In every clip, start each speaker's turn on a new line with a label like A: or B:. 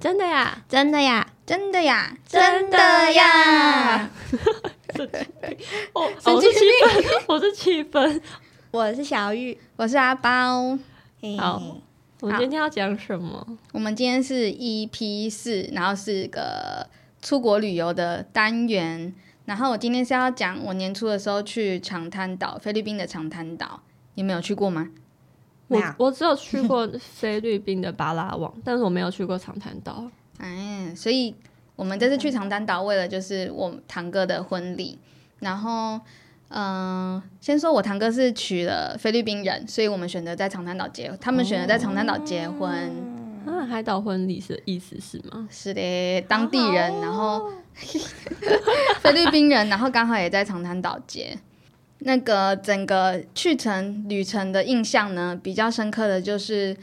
A: 真的呀，
B: 真的呀，
C: 真的呀，
B: 真的呀！
A: 我
C: 哦神
A: 哦我是
C: 经
A: 七分， 我是七分。
B: 我是小玉，
C: 我是阿包。嘿
A: 好我们
B: 好
A: 今天要讲什么？
C: 我们今天是 EP 四，然后是个出国旅游的单元。然后我今天是要讲我年初的时候去长滩岛，菲律宾的长滩岛，你们有去过吗？
B: 没
A: 我
B: 有
A: 我只有去过菲律宾的巴拉望， 但是我没有去过长滩岛。
C: 哎，所以我们这次去长滩岛，为了就是我堂哥的婚礼，然后。嗯，先说我堂哥是娶了菲律宾人，所以我们选择在长滩岛结，他们选择在长滩岛结婚，嗯
A: 啊，海岛婚礼是意思是吗？
C: 是的，当地人，然后 菲律宾人，然后刚好也在长滩岛结。那个整个去程旅程的印象呢，比较深刻的就是，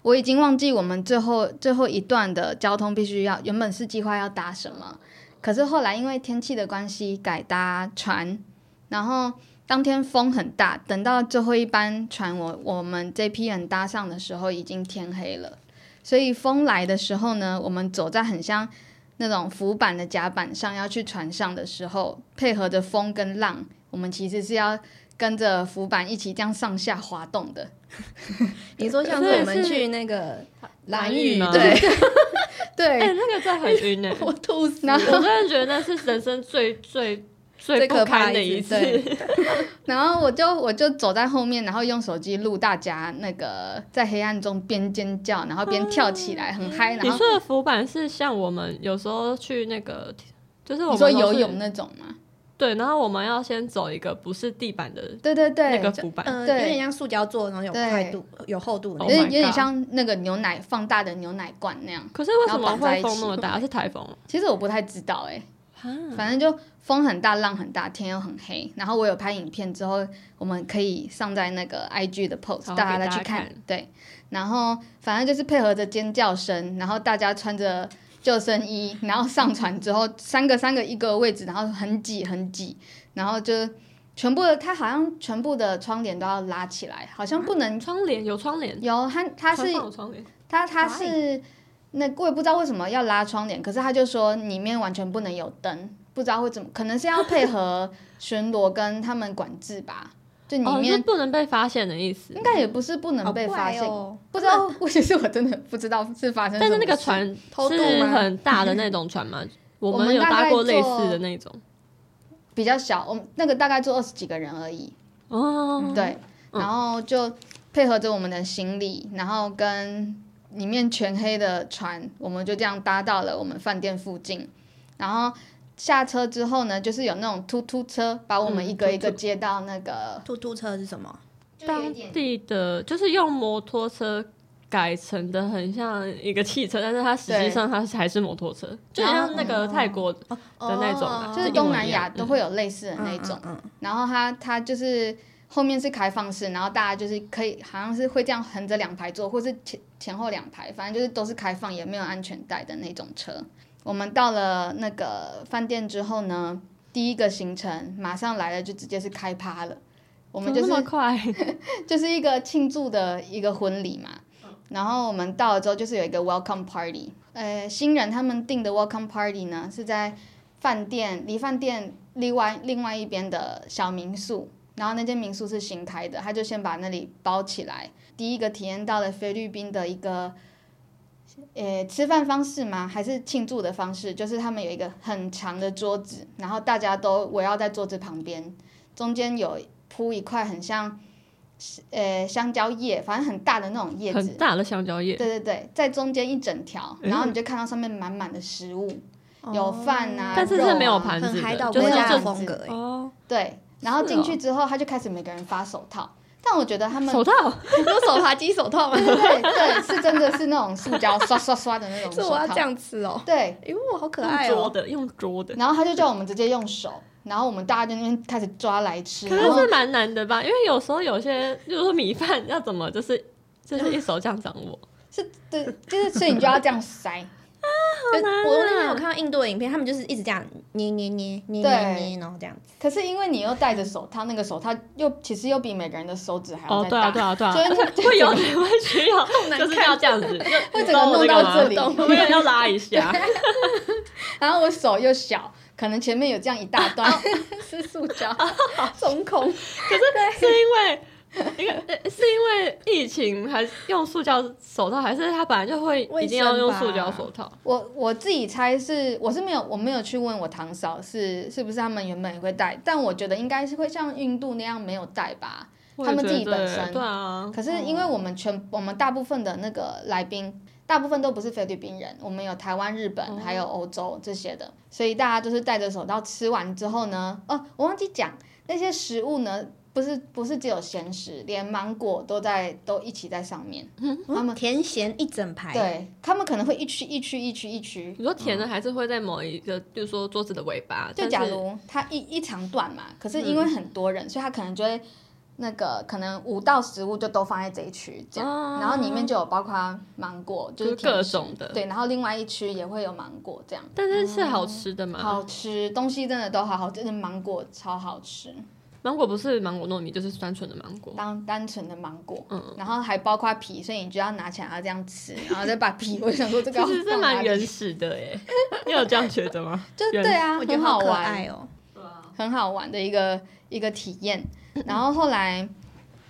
C: 我已经忘记我们最后最后一段的交通必须要原本是计划要搭什么，可是后来因为天气的关系改搭船，然后当天风很大，等到最后一班船我我们这批人搭上的时候已经天黑了。所以风来的时候呢，我们走在很像那种浮板的甲板上，要去船上的时候，配合着风跟浪，我们其实是要跟着浮板一起这样上下滑动的。
B: 你说像是
A: 所以
B: 我们
A: 是
B: 去那个
A: 蓝
B: 蓝
A: 屿
B: 屿
A: 吗
B: 对，
A: 哎、
C: 对，
A: 那个真的很晕 哎、
B: 我吐死
C: 然
B: 了。
A: 我真的觉得那是人生最最最
B: 最
A: 不
B: 可怕
A: 堪的
B: 的一
A: 一
B: 次
A: 次。
C: 然后我就我就走在后面，然后用手机录大家那个在黑暗中边尖叫，然后边跳起来，很嗨。
A: 你
C: 然后
A: 说的浮板是像我们有时候去那个，就是我们
C: 你说
A: 都
C: 游
A: 是
C: 泳那种吗？
A: 对，然后我们要先走一个不是地板的
C: 对对
A: 那
C: 对，
A: 个
C: 就
A: 浮板，
B: 嗯，有
C: 对
B: 点像塑胶做的，然后有
C: 对
B: 快度、有厚度的
A: 哦
C: 有
B: 那种。
C: 点
A: my
C: 有点
A: god
C: 像那个牛奶放大的牛奶罐那样。
A: 可是为什
C: 然后
A: 么
C: 绑在
A: 会
C: 一
A: 风
C: 起
A: 那么大？是台风 啊？
C: 其实我不太知道哎、反正就风很大，浪很大，天又很黑。然后我有拍影片之后，我们可以上在那个 IG 的 post，
A: 好
C: 大家
A: 给
C: 再
A: 大
C: 去
A: 家
C: 看
A: 看。
C: 对，然后反正就是配合着尖叫声，然后大家穿着救生衣，然后上船之后，三个三个一个位置，然后很挤很挤，然后就全部的，它好像全部的窗帘都要拉起来，好像不能。
A: 窗帘有窗帘，
C: 有它，它是
A: 船上有窗帘，
C: 他他
B: Why？
C: 是那我也不知道为什么要拉窗帘，可是他就说里面完全不能有灯，不知道会怎么，可能是要配 合巡逻跟他们管制吧。就里
A: 哦，是
C: 面、
A: 不能被发现的意思
C: 应。该也不是不能
B: 好
C: 被发
B: 怪
C: 现，
B: 哦，
C: 不知道， 我其实我真的不知道是发生什么
A: 但
C: 事。
A: 是那个船
B: 偷渡
A: 是
B: 吗
A: 很大 的那种船吗？我
C: 我
A: 们
C: 们
A: 有
C: 大
A: 搭
C: 概
A: 过类
C: 坐
A: 似的那种
C: 比较小，我们那个大概坐二十几个人而已，
A: 哦，
C: 对，然后就配合着我们的行李，然后跟里面全黑的船，我们就这样搭到了我们饭店附近。然后下车之后呢，就是有那种突突车把我们
A: 嗯
C: 一个一个
A: 突突
C: 接到那个，
B: 突突车是什么？
A: 当地的就是用摩托车改成的，很像一个汽车，但是它实际
C: 对
A: 上它还是摩托车，就
C: 然后哦
A: 像那个泰国的那种啊，
C: 就是是
A: 一模
C: 东
A: 一
C: 南亚
A: 样
C: 都会有类似的那种。
B: 哦嗯嗯嗯
C: 然后它它就是后面是开放式，然后大家就是可以好像是会这样横着两排坐，或是前前后两排，反正就是都是开放，也没有安全带的那种车。我们到了那个饭店之后呢，第一个行程马上来了，就直接是开趴了。我
A: 我
C: 们就是
A: 那么快，
C: 就是一个庆祝的一个婚礼嘛。嗯然后我们到了之后，就是有一个 welcome party。呃，新人他们订的 welcome party 呢，是在饭店离饭店另外另外一边的小民宿。然后那间民宿是新开的，他就先把那里包起来。第一个体验到了菲律宾的一个，呃，吃饭方式吗？还是庆祝的方式？就是他们有一个很长的桌子，然后大家都围绕在桌子旁边，中间有铺一块很像，呃，香蕉叶，反正很大的那种叶子，
A: 很大的香蕉叶，
C: 对对对，在中间一整条，
A: 嗯
C: 然后你就看到上面满满的食物，
B: 哦
C: 有饭啊，
A: 但是
C: 肉
A: 是没有
C: 啊
A: 盘子
B: 很海
A: 的，
B: 岛
A: 就
B: 国
A: 是
B: 家
C: 这
B: 的
C: 种
A: 正
B: 风格 欸，
A: 哦，
C: 对，然后
A: 是
C: 进
A: 哦
C: 去之后，他就开始每个人发手套，但我觉得他们
A: 手套
B: 用手扒鸡手套吗？
C: 对对是真的是那种塑胶刷刷刷的那 种
B: 是
C: 手
B: 我要这
C: 套，
B: 样吃哦，
C: 对，
B: 哎呦，好可
A: 用
B: 爱
A: 捉
B: 哦！
A: 的，用捉的。
C: 然后他就叫我们直接用手，然后我们大家就那边开始抓来吃，
A: 可
C: 嗯然后
A: 是是蛮难的吧？因为有时候有些，比如说米饭要怎么，就是就是一手这样掌握，
C: 是对，就是所以你就要这样塞，
B: 就我那天有看到印度的影片，他们就是一直这样捏捏捏捏捏
C: 对
B: 捏，然后这样子。
C: 可是因为你又戴着手套，那个手套又其实又比每个人的手指还要
A: 哦，
C: 再
A: 对
C: 大，
A: 啊，对啊，对啊，
C: 所以你
A: 会有点会需要，就是要这样子，就
C: 会
A: 你
C: 整个
A: 懂我在
C: 弄到
A: 干嘛
C: 这里
A: 懂我也要拉一 下。
C: 然后我手又小，可能前面有这样一大段 是塑胶， 中空。
A: 可是是因为，因为呃是因为疫情还是用塑胶手套，还是他本来就会一定要用塑胶手套？
C: 我我自己猜是，我是没有我没有去问我堂嫂是是不是他们原本也会戴，但我觉得应该是会像印度那样没有戴吧。
A: 我也
C: 他们自己
A: 觉得
C: 本身
A: 对啊，
C: 可是因为我们全、我们大部分的那个来宾，大部分都不是菲律宾人，我们有台湾、日本
A: 哦
C: 还有欧洲这些的，所以大家就是戴着手套吃完之后呢，哦，我忘记讲那些食物呢。不是不是只有咸食，连芒果都在都一起在上面。他
B: 嗯
C: 们
B: 甜咸一整排，
C: 对他们可能会一区一区一区一区。
A: 你说甜的还是会在某一个，比如说桌子的尾巴，
C: 就
A: 但
C: 假
A: 是嗯
C: 如他一一长段嘛，可是因为很多人，所以他可能就会那个可能五到十物就都放在这一区这样，
A: 哦
C: 然后里面就有包括芒果，就是
A: 就是各
C: 甜食
A: 种的
C: 对，然后另外一区也会有芒果这样。
A: 但是是好吃的嘛？
C: 好吃，东西真的都好好，真的芒果超好吃，
A: 芒果不是芒果糯米，就是单纯的芒果。
C: 当单纯的芒果，
A: 嗯
C: 然后还包括皮，所以你就要拿起来要这样吃，然后再把皮， 我想说这个要
A: 其实是
C: 放哪
A: 蛮
C: 里
A: 原始的哎， 你有这样觉得吗？
C: 就
A: 原
C: 对啊，
B: 我觉得
C: 很好
B: 可
C: 玩，
B: 爱哦。
C: 很好玩的一个一个体验。然后后来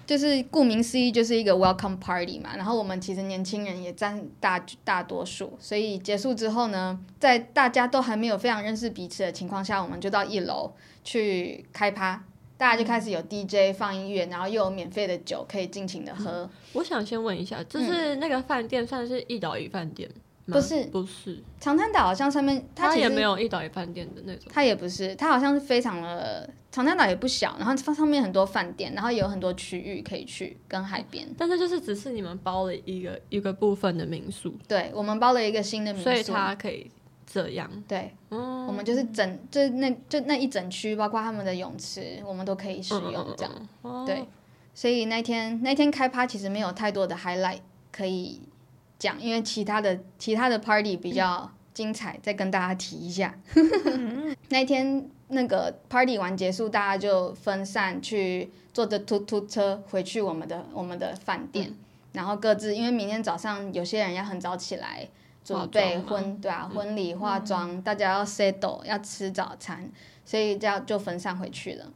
C: 就是顾名思义，就是一个 welcome party 嘛。然后我们其实年轻人也占大大多数，所以结束之后呢，在大家都还没有非常认识彼此的情况下，我们就到一楼去开趴。大家就开始有 DJ 放音乐，然后又有免费的酒可以尽情的喝。
A: 我想先问一下，就是那个饭店算是一岛一饭店吗？
C: 不是
A: 不是，
C: 长滩岛好像上面它
A: 它
C: 其
A: 也
C: 实
A: 没有一岛一饭店的那种。
C: 它也不是，它好像是非常的长滩岛也不小，然后它上面很多饭店，然后也有很多区域可以去跟海边。
A: 但是就是只是你们包了一个一个部分的民宿，
C: 对，我们包了一个新的民宿，
A: 所以它可以这样。
C: 对，
A: 嗯，
C: 我们就是整，就是那就那一整区，包括他们的泳池，我们都可以使
A: 嗯
C: 用这样。。
A: 嗯嗯哦
C: 对，所以那天那天开趴其实没有太多的 highlight 可以讲，因为其他的其他的 party 比较精彩，再跟大家提一下。
A: 嗯
C: 那一天那个 party 完结束，大家就分散去坐着突突车回去我们的我们的饭店，
A: 嗯
C: 然后各自因为明天早上有些人要很早起来。
A: 化妆
C: 准备
A: 吗
C: 婚哦对啊，婚礼化妆，大家要 settle，要吃早餐，所以这样就分散回去了。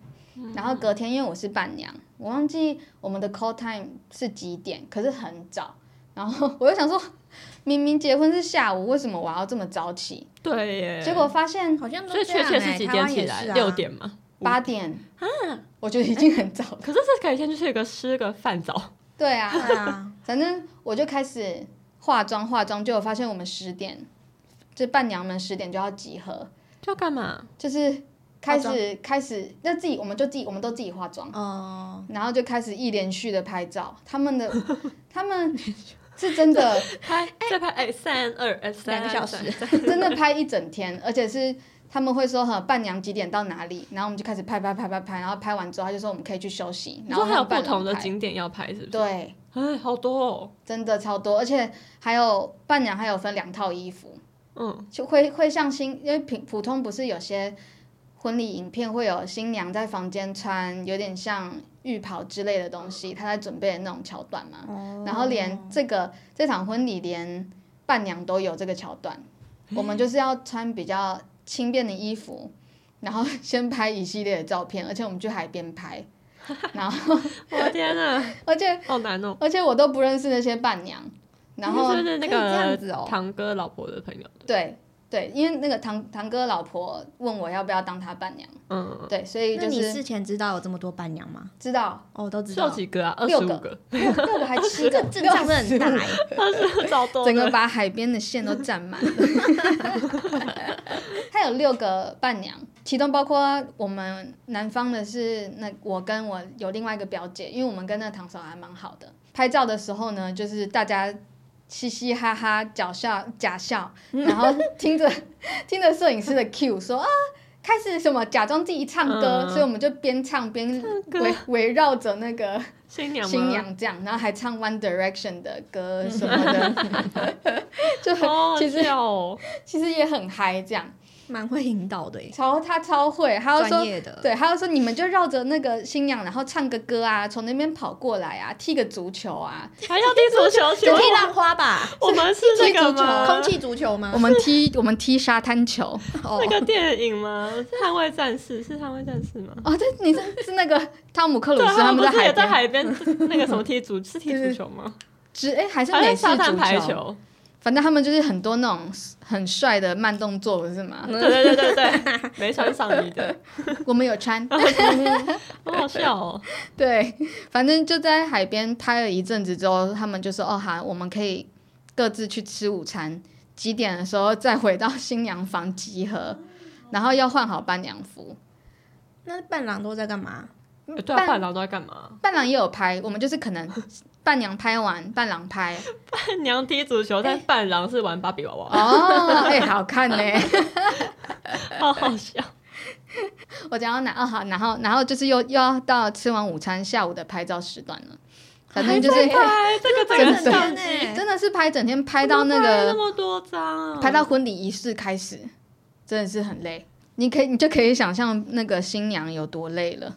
C: 然后隔天，因为我是伴娘，我忘记我们的 call time 是几点，可是很早。然后我就想说， 明明结婚是下午，为什么我要这么早起？
A: 对耶。
C: 结果发现
B: 好像都
A: 所以
B: 这
A: 确
B: 样
A: 切
B: 欸
A: 是几
B: 台
A: 点
B: 湾
A: 起
B: 也
A: 来？
B: 是啊
A: 六点哎吗？
C: 八点我觉得已经很早了。
A: 可是这可以先去吃个吃个饭早。
C: 对啊，
B: 对啊，
C: 反正我就开始化妆化妆，结果发现我们十点，就伴娘们十点就要集合，
A: 要干嘛？
C: 就是 开
B: 化
C: 始开始，那自己我们就自己我们都自己化妆。
B: 哦，
C: 然后就开始一连续的拍照，他 们的他们是真的
A: 拍再拍哎三二哎三
B: 两个小时
A: 二三
C: 真的拍一整天，而且是他们会说哈呃伴娘几点到哪里，然后我们就开始拍拍拍拍拍，然后拍完之后他就说我们可以去休息，
A: 你
C: 然后
A: 说还有
C: 他们伴
A: 不
C: 郎
A: 同的
C: 拍
A: 景点要拍是不是？，
C: 对，
A: 哎，好多哦。
C: 真的超多，而且还有伴娘还有分两套衣服，
A: 嗯，
C: 就会会像新，因为普普通不是有些婚礼影片会有新娘在房间穿有点像浴袍之类的东西，她在准备的那种桥段嘛。然后连这个这场婚礼连伴娘都有这个桥 段，我们就是要穿比较轻便的衣服，然后 先拍一系列的照片，而且我们去海边拍， 然后
A: 我的天哪，
C: 而且
A: 好难哦。
C: 而且我都不认识那些伴娘，然后
A: 是不是那
B: 可以这样子
A: 个
B: 哦
A: 堂哥老婆的朋友的？
C: 对对，因为那个堂堂哥老婆问我要不要当他伴娘，
A: 嗯，嗯
C: 对，所以
B: 那
C: 就
B: 你
C: 是
B: 事前知道有这么多伴娘吗？
C: 知道
B: 哦，都知
A: 是有
B: 道，，
A: 几个啊？二十
C: 六
A: 五
C: 个
A: 个，
C: 六六个还七个
B: 阵仗真的很大
C: 65
B: 哎，
A: 二十超多的。
C: 整个把海边的线都 占满了。他有六个伴娘，其中包括我们南方的是那我跟我有另外一个表姐，因为我们跟那堂嫂还蛮好的。拍照的时候呢，就是大家嘻嘻哈
A: 嗯
C: 哈、假笑假笑，然后听着听着摄影师的 cue 说啊。开始什么假装自己唱歌，
A: 嗯
C: 所以我们就边唱边
A: 歌
C: 围围绕着那个
A: 新娘吗
C: 新娘这样，然后还唱 One Direction 的歌什么的，嗯 就很
A: 哦，
C: 其实
A: 这样哦，
C: 其实也很嗨这样。
B: 蛮会引导的耶，欸
C: 超他超会，他就
B: 专
C: 说。
B: 业的。
C: 对，他就说你们就绕着那个新娘，然后唱个歌啊，从那边跑过来啊，踢个足球啊，
A: 还要踢足球？请
B: 就
A: 问
B: 踢浪花吧，
A: 我们是那个吗？
B: 空气足球吗
C: 我？们踢我们踢沙滩球。
B: 哦
A: 那个电影吗？是《捍卫战士》是《捍卫战士》吗？
C: 哦，这你是是那个汤姆克鲁
A: 对，啊
C: 斯他
A: 们不
C: 们在
A: 是也
C: 海
A: 在
C: 边，
A: 海边 那个什么踢足是踢足球吗？
C: 只哎还是
A: 还
C: 美
A: 是
C: 式
A: 沙滩
C: 足
A: 排
C: 球，
A: 球？
C: 反正他们就是很多那种很帅的慢动作，不是吗？
A: 对对对对对，没穿上衣的，
C: 我们有穿，
A: 好好笑哦。
C: 对，反正就在海边拍了一阵子之后，他们就说：“哦，好，我们可以各自去吃午餐，几点的时候再回到新娘房集合，然后要换好伴娘服。
B: 那伴郎都在干嘛？
A: 欸对啊，伴郎都在干嘛？
C: 伴郎也有拍，我们就是可能伴娘拍完，伴郎拍，
A: 伴娘踢足球，但伴郎是玩芭比娃娃，
C: 哦，哎、好看呢、
A: 好好笑。
C: 我讲到哪？哦，好，然后然后就是又又要到吃完午餐下午的拍照时段了，反正就是
A: 哎，这个整个
C: 真的
A: 相机
B: 耶
C: 真的是拍整天拍到那
A: 怎么拍那
C: 个
A: 么多张
B: 嗯
A: 啊，
C: 拍到婚礼仪式开始，真的是很累。你可以，你就可以想象那个新娘有多累了，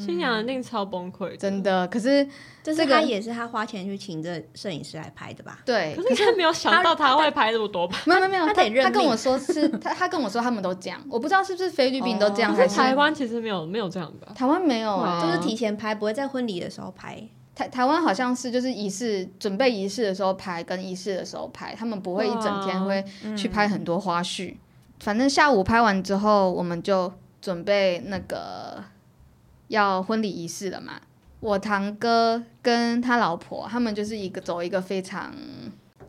A: 新娘一定超崩溃，
C: 真。的。可是，
B: 这
C: 这
B: 是
C: 个
B: 他也是他花钱去请这摄影师来拍的吧？
C: 对
A: 可，是他没有想到他会拍那么多吧？
C: 没有没有没有，
B: 他
C: 他
B: 得认
C: 他跟
B: 命
C: 我说是，他他跟我说他们都这样，我不知道是不是菲律宾都这样，
B: 哦
C: 还
A: 可
C: 是
A: 是台湾其实没有没有这样吧？
C: 台湾没有
A: 哇
C: 啊
B: 就。是提前拍，不会在婚礼的时候 拍。
C: 台台湾好像是就是仪式准备仪式的时候拍，跟仪式的时候拍，他们不会一整天
A: 哇
B: 哦
C: 会去拍很多花
B: 嗯
C: 絮。反正下午拍完之后，我们就准备那个要婚礼仪式了嘛。我堂哥跟他老婆，他们就是一个走一个非常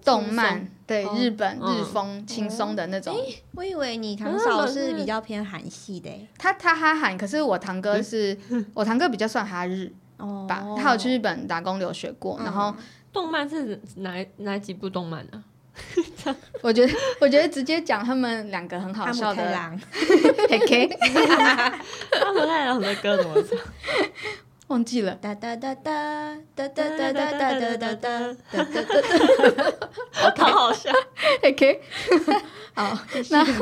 C: 动漫，对、
B: 哦
C: 日本、
A: 嗯
C: 日风轻松的那种。
B: 我以为你
C: 啊
B: 堂
A: 嗯
B: 嫂
A: 我
B: 是
A: 是
B: 比较偏韩系的欸耶
C: 他他哈韩，可是我堂 哥是、我堂哥比较算哈日
B: 哦嗯
C: 吧，他有去日本打工留学过，然后
A: 动漫是哪哪几部动漫啊呢？
C: 我觉得，我觉得直接讲他们两个很好
B: 哈姆
C: 笑的
B: 太，郎，
C: 嘿嘿，
A: 他们在聊很多歌怎么唱？
C: 忘记了，
B: 哒哒哒哒哒哒哒哒哒哒哒哒哒哒 哒。
A: 好好 笑。
C: 嘿嘿，
B: 哦，
A: 但他们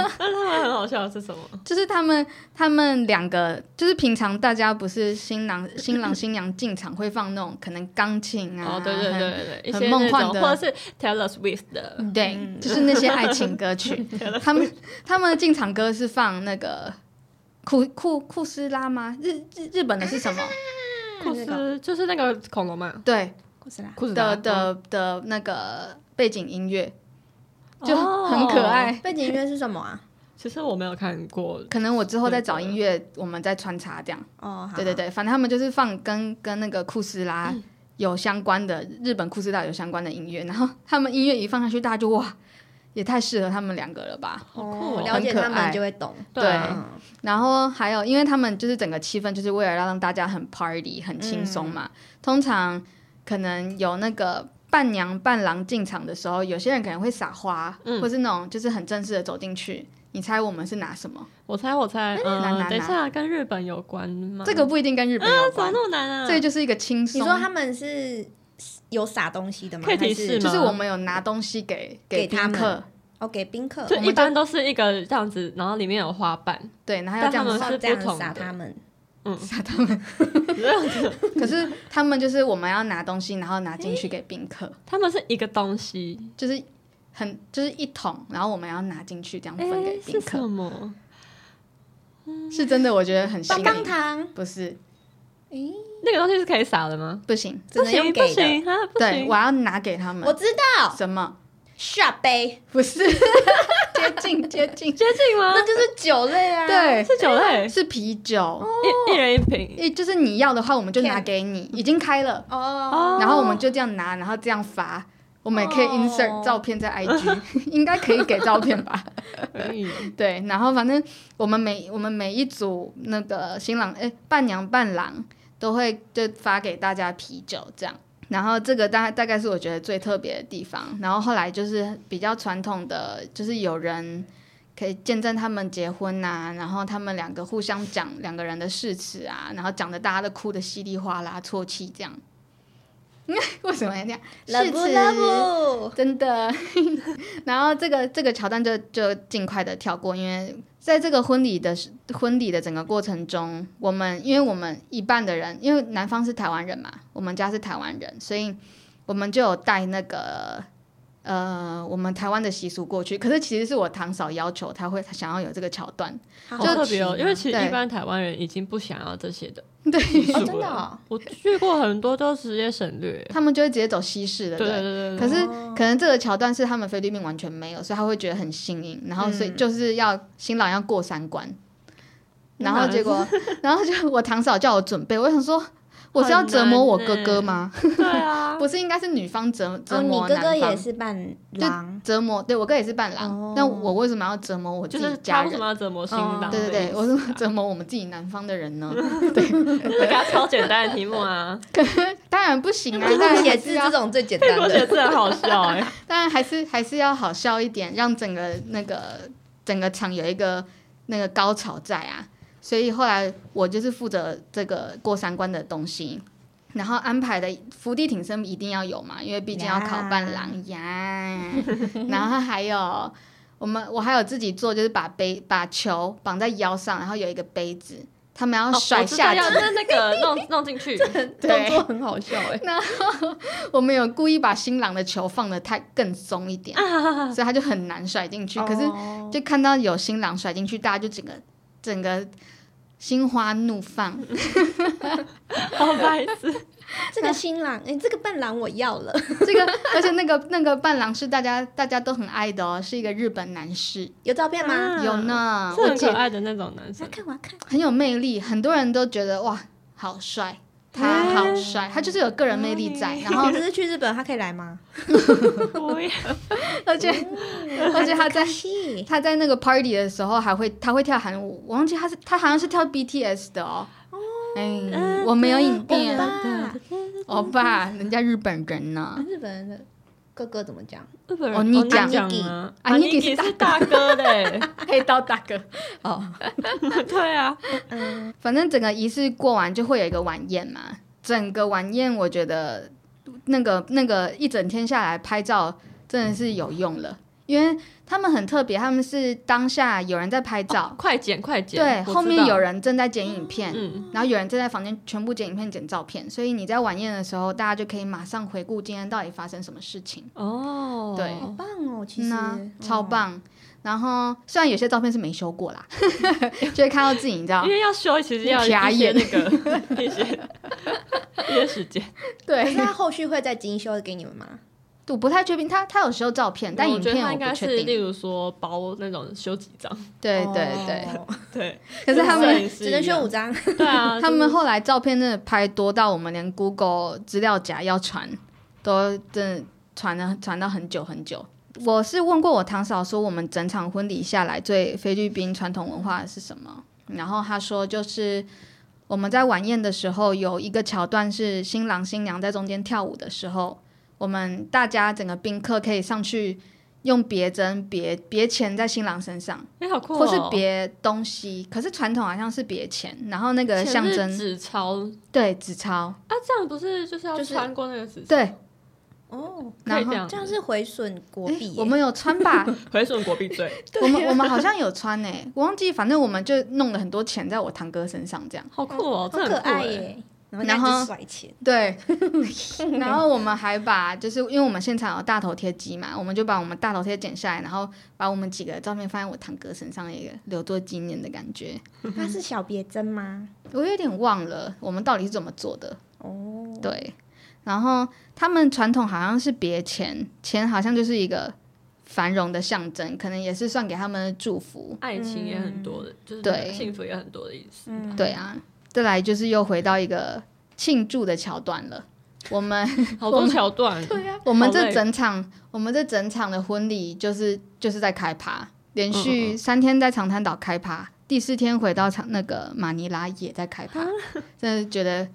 A: 很好笑的是什么？
C: 就是他们，他们两个，就是平常大家不是新郎、新郎、新娘进场会放那种可能钢琴啊，
A: 哦，对对
C: 很，
A: 对对，一
C: 很
A: 些
C: 梦
A: 那
C: 幻
A: 种
C: 的
A: 或者是 Taylor Swift 的，
C: 对，就是那些爱情歌 曲，他们他们的进场歌是放那个库库库斯拉吗？日日日本的是什么？
A: 库
B: 那
A: 斯就是嗯那个恐龙嘛，
C: 对
B: 故事啦，
A: 库斯嗯
C: 的
A: 拉，
C: 的的那个背景音乐
A: 哦
C: 就 很可爱。。
B: 哦背景音乐是什么啊？
A: 其实我没有看过，
C: 可能我之后再找音乐，我们再穿插这样。
B: 哦，好嗯
C: 对对，对，反正他们就是放跟跟那个库斯拉有相关的、日本库斯拉有相关的音乐，然后他们音乐一放下去，大家就哇，也太适合他们两个了吧。
A: 好
B: 哦
A: 酷
B: 我
A: 哦
B: 了解
C: 很可
B: 他们
C: 爱
B: 就会懂。
A: 对
B: 嗯
C: 然后还有，因为他们就是整个气氛就是为了让大家很 party 很轻松嘛。
B: 嗯
C: 通常可能有那个伴娘伴郎进场的时候，有些人可能会撒花，
B: 嗯
C: 或是那种就是很正式的走进去。你猜我们是拿什么？
A: 我猜我猜，
C: 哪
A: 嗯
C: 哪，
A: 等一下跟日本有关吗？
C: 啊
A: 啊
C: 这个不一定跟日本有
A: 怎么
C: 关，
A: 那么难啊？
C: 这个就是一个轻松。
B: 你说他们是有撒东西的吗？
A: 可以提示
B: 还
A: 吗
C: 就是我们有拿东西给
B: 给
C: 宾
B: 他们
C: 客，
B: 哦，给宾客，
A: 就一般都是一个这样子，然后里面有花瓣，
C: 对，然后要
A: 但他
C: 这样
A: 们
C: 子。
B: 哦
A: 是
B: 这
A: 不
B: 样
A: 同
B: 撒他
A: 的，
B: 们。
A: 这样子，
C: 可是他们就是我们要拿东西，然后拿进去给宾客，
A: 他们是一个东西，
C: 就是很就是一桶，然后我们要拿进去这样分给
A: 哎，
C: 宾
A: 是
C: 客，
A: 什么？
C: 是真的，我觉得很新
B: 棒棒
C: 颖。
B: 糖，
C: 不是，
A: 那个东西是可以撒的吗？
C: 不行，
B: 只能用
A: 不
B: 给的。
A: 行啊，不
C: 对
A: 行
C: 我！要拿给他
B: 我
C: 们
B: 知道
C: 什么？
B: 下杯，
C: 不是， 接近接近，
A: 接近吗？
B: 那就是酒类啊。，
C: 对，
A: 是酒类，
C: 是啤酒，
A: 一一人一瓶。
C: 一就是你要的话，我们就拿
B: Can
C: 给你，已经开了，
B: 哦，
A: 哦
C: 然后我们就这样拿，然后这样发。我们也可以
B: 哦
C: insert 照片在 IG，应 该可以给照片吧？
A: 哦可以，
C: 对，然后反正我们每我们每一组那个新郎哎伴娘伴郎都会就发给大家啤酒这样，然后这个大大概是我觉得最特别的地方。然后后来就是比较传统的，就是有人可以见证他们结婚呐、然后他们两个互相讲两个人的誓词啊，然后讲的大家都哭的稀里哗啦、啜泣这样。 为什么要这样？
B: ，love
C: 誓
B: 不
C: 词
B: love？
C: 真的。然后这个这个桥段就就尽快的跳过，因为在这个婚礼的时婚礼的整个过程中，我们因为我们一半的人，因为男方是台湾人嘛，我们家是台湾人，所以我们就有带那个。呃，我们台湾的习俗过去，可是其实是我堂嫂要求，她会她想要有这个桥段，
A: 好
C: 就
A: 特别哦，因为其实
C: 对
A: 一般台湾人已经不想要这些的，
C: 对，
A: 习俗
B: 哦真的
A: 了
B: 哦
A: 我去过很多都直接省略。
C: 他们就会直接走西式的，
A: 对对对对
C: 可
A: 对，
C: 是
B: 哦
C: 可能这个桥段是他们菲律宾完全没有，所以他会觉得很新颖，然后所以就是要、新郎要过三关，然后结果然后就我堂嫂叫我准备，我想说我是要折磨我哥哥吗？
A: 对啊，
C: 不是应该是女方折折
B: 哦，你
C: 磨
B: 哥
C: 男方？
B: 哥也是伴郎，
C: 折磨，对我哥也是伴郎，
B: 哦
C: 那我为什么要折磨我自
A: 就
C: 己
A: 是
C: 家
A: 他为什
C: 人？
A: 么要折磨新郎的
B: 哦
A: 意
C: 对
A: 思啊？
C: 对对，我是折磨我们自己南方的人呢？
A: 我给他超简单的题目 啊，
C: 当然不行啊，
B: 屁
C: 但
B: 股
C: 还
B: 写
C: 是
B: 字
C: 要
B: 这种最简
A: 泰
B: 单
A: 国写
B: 的。
A: 字很好笑哎，
C: 当然还是还是要好笑一点，让整个那个整个场有一个那个高潮在啊。所以后来我就是负责这个过三关的东西，然后安排的伏地挺身一定要有嘛，因为毕竟要考伴
A: 啊
C: 郎呀。然后还有我们我还有自己做，就是把杯把球绑在腰上，然后有一个杯子，他们要
A: 哦
C: 甩
A: 我知道
C: 下去。
A: 要那那个弄弄进去，
C: 对
B: 动作很好笑哎，
C: 我们有故意把新郎的球放的太更松一
A: 啊
C: 点，所以他就很难甩进去。可是
B: 哦
C: 就看到有新郎甩进去，大家就整个整个心花 怒放。
A: 好白痴，
B: 这个新郎，哎，这个伴郎我要了，
C: 这个，而且那个那个伴郎是大家大家都很爱的哦，是一个日本男士，
B: 有照片吗？
A: 啊
C: 有呢，
A: 是
C: 我
A: 很可
C: 姐
A: 爱的那种男
B: 我
A: 生
B: 要。看，我要看。
C: 很有魅力，很多人都觉得哇，好帅。他好帅，他就是有个人魅力
A: 哎
C: 在，然后
B: 可是去日本，他可以来 吗？
C: 哦
A: 我也
C: 而且
B: 嗯
C: 而且他在
B: 戏，
C: 他在那个 party 的时候还会他会跳韩舞，我忘记他是他好像是跳 BTS 的哦。
A: 嗯
C: 哎，我没有
A: 啊
C: 影片，
B: 吧？
C: 欧巴，人家日本人
A: 啊
C: 呢。
B: 日本人的哥哥怎么讲？
A: 日本人
C: 哦你讲
A: 讲啊，
C: 啊你给
A: 给是大哥嘞，
C: 黑道大哥。
B: 哦，
A: 对啊，
B: 嗯，
C: 反正整个仪式过完就会有一个晚宴嘛，整个晚宴我觉得那个那个一整天下来拍照真的是有用了，因为他们很特别，他们是当下有人在拍照，
A: 快剪快剪，
C: 对，
A: 我知
C: 后面
A: 道
C: 有，人正在剪影片。
A: 嗯，
C: 然后有人正在房间全部剪影片、剪照片，所以你在晚宴的时候，大家就可以马上回顾今天到底发生什么事情。
A: 哦，
C: 对
B: 好棒哦，其
C: 嗯
B: 实
C: 啊、超。棒。然后虽然有些照片是没修过啦， 就会看到自己，你知道
A: 因，为要修，其实要
C: 瞟
A: 一些
C: 眼
A: 那个一些 一些时间，
C: 对
B: 可是他后续会再精修给你们吗？
C: 我不太确定，他他有时候照片，但
A: 我
C: 影
A: 觉得
C: 片
A: 他
C: 我
A: 应该
C: 不
A: 是，
C: 确
A: 例
C: 定。
A: 如说包那种修几张，
C: 对对对，
B: 哦，
A: 对，
C: 可是他
A: 摄
C: 们
A: 影师
B: 只能
A: 一样
B: 修五张，
A: 对 啊，
C: 他们后来照片真的拍多到我们连 Google 资料夹要传，都真的传了传到很久很久。我是问过我堂嫂说，我们整场婚礼下来最菲律宾传统文化是什么？然后她说就是我们在晚宴的时候有一个桥段是新郎新娘在中间跳舞的时候，我们大家整个宾客可以上去用别针别别钱在新郎身上，
A: 哎好酷哦，
C: 或是别东西。可是传统好像是别钱，然后那个象
A: 前日
C: 征
A: 纸钞
C: 对，纸钞，
A: 啊，这样不是就是要
B: 就是
A: 穿过那个纸钞，
C: 对，
B: 哦，
A: 可以
C: 然
A: 这
C: 后
A: 样
B: 这样是回损国
C: 诶
B: 币耶。
C: 我们有穿 吧？
A: 回损国币罪，
C: 我们我们好像有穿诶、我忘记，反正我们就弄了很多钱在我堂哥身上这样。
A: 好酷哦，
B: 好
A: 这很
B: 可
A: 酷
B: 爱
A: 哎，
B: 耶。然后
C: 然
B: 然
C: 后
B: 后甩钱，
C: 对，然后我们还把就是因为我们现场有大头贴机嘛，我们就把我们大头贴剪下来，然后把我们几个照片放在我堂哥身上，一个留作纪念的感觉。
B: 它是小别针吗？
C: 我有点忘了我们到底是怎么做的，
B: 哦，
C: 对。然后他们传统好像是别钱，钱好像就是一个繁荣的象征，可能也是算给他们的祝福。
A: 爱情也很多的，就是
C: 嗯对
A: 幸福也很多的意 思。
B: 嗯，
C: 对啊，再来就是又回到一个庆祝的桥段了。我们
A: 好多桥段，
C: 我们
A: 好
C: 这
A: 累
C: 整场，我们这整场的婚礼就是就是在开趴，连续三天在长滩岛开 趴，第四天回到长那个马尼拉也在开趴，真的觉得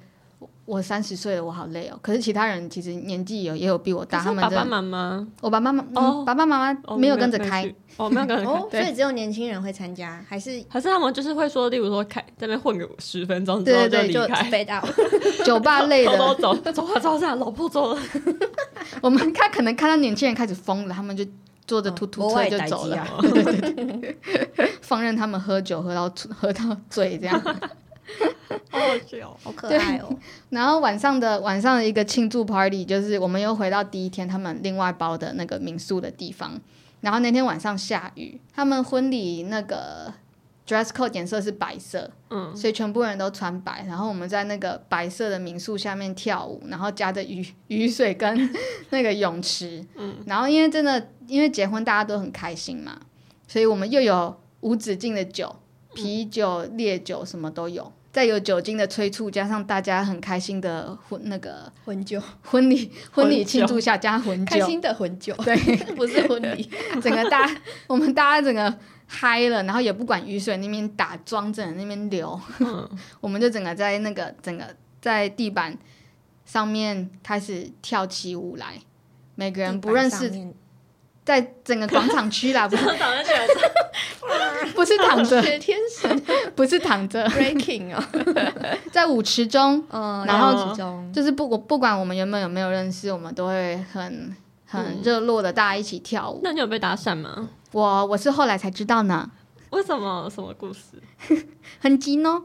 C: 我三十岁了，我好累哦。可是其他人其实年纪有也有比我大，
A: 可是
C: 他们
A: 爸
C: 真
A: 爸
C: 的
A: 妈妈
C: 我爸爸妈妈、嗯
A: 哦
C: 爸爸妈妈
A: 哦
C: 没有跟着开，
A: 去哦，没有跟着
B: 哦
A: 开，，
B: 所
A: 对。
B: 以只有年轻人会参加，还是
A: 还是他们就是会说，例如说开在那边混个十分钟之后
C: 对
B: 对
A: 离
B: 就
A: 开，
B: 飞到
C: 酒吧类
A: 偷偷
C: 的，
A: 走，走啊走啊，老婆走了，
C: 我们看可能看到年轻人开始疯了，他们就坐着突突
B: 国
C: 车
B: 外
C: 就
B: 待
C: 走
B: 机
C: 了，
B: 啊。
C: 放任他们喝酒喝到喝到醉这样。
A: 好好 笑。
B: 好可爱哦！
C: 然后晚上的晚上的一个庆祝 party，就是我们又回到第一天他们另外包的那个民宿的地方。然后那天晚上下雨，他们婚礼那个 dress code 颜色是白色，
A: 嗯，
C: 所以全部人都穿白。然后我们在那个白色的民宿下面跳舞，然后加着雨雨水跟那个泳池。嗯，然后因为真的因为结婚大家都很开心嘛，所以我们又有无止境的酒，啤酒、烈酒什么都有。再有酒精的催促，加上大家很开心的婚那个
B: 混酒，
C: 婚礼婚礼
A: 混酒
C: 庆祝下加混
B: 开
C: 酒，
B: 心的哦混酒，
C: 对，
B: 不是婚礼。
C: 整个大我们大家整个嗨了，然后也不管雨水那边打桩，整个那边流，
B: 嗯
C: 我们就整个在那个整个在地板上面开始跳起舞来，每个人不认
B: 地板上
C: 识，
B: 面
C: 在整个广场区啦，不是
A: 早上起来是
C: 不是躺着，
B: 雪天使
C: 不是躺着，
B: breaking 哦，
C: 在舞池中，
B: 嗯
C: 然
A: 后
B: 集中
C: 就是不管不管我们原本有没有认识，我们都会很很
A: 嗯
C: 热络的大家一起跳舞。
A: 那你有被搭讪吗？
C: 我我是后来才知道呢，
A: 为什么？什么故事？
C: 很急呢，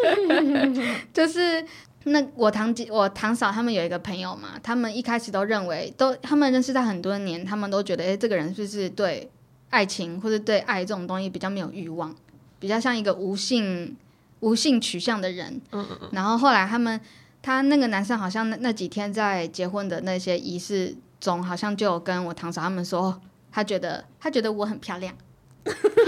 C: 就是那我堂姐、我堂嫂他们有一个朋友嘛，他们一开始都认为都他们认识他很多年，他们都觉得哎、诶这个人是不是对爱情或者对爱这种东西比较没有欲望，比较像一个无性无性取向的人。
A: 嗯嗯
C: 然后后来他们他那个男生好像那那几天在结婚的那些仪式中，好像就有跟我堂嫂他们说，哦他觉得他觉得我很漂亮。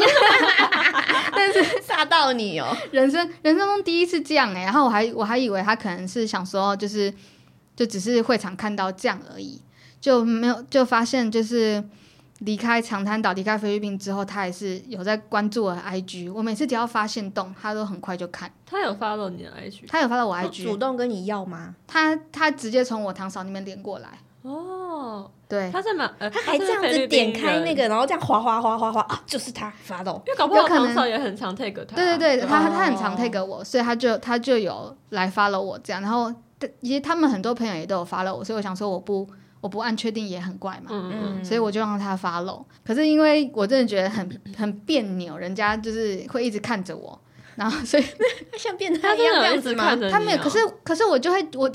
B: 吓到你哦，
C: 人生人生中第一次这样哎、然后我还我还以为他可能是想说就是就只是会场看到这样而已，就没有就发现就是离开长滩岛离开菲律宾之后，他还是有在关注我的 IG，我每次只要发现动，他都很快就看，
A: 他有 follow 你的 IG
C: 他有发到我
B: 主
C: IG，
B: 动跟你要吗？
C: 他他直接从我堂嫂那边连过来，
A: 哦，
C: 对，
A: 他在马，呃
B: 他还这样子点开那，个，然后这样滑滑滑滑滑啊，就是他发到
A: 因为搞不好
C: 有可能
A: 唐嫂也很常 take 他。
C: 对对对，他他很
B: 哦
C: 常 take 我，所以他就他就有来 follow 我这样，然后其实他们很多朋友也都有 follow 我，所以我想说我不我不按确定也很怪嘛，
A: 嗯嗯
B: 嗯
C: 所以我就让他 follow。可是因为我真的觉得很很别扭，人家就是会一直看着我，然后所以
B: 他像变
A: 嗯，他
B: 态一
A: 真
B: 样这
A: 的有一
B: 样
A: 直
B: 子吗
A: 看？着你哦
C: 他没有，可是可是我就会我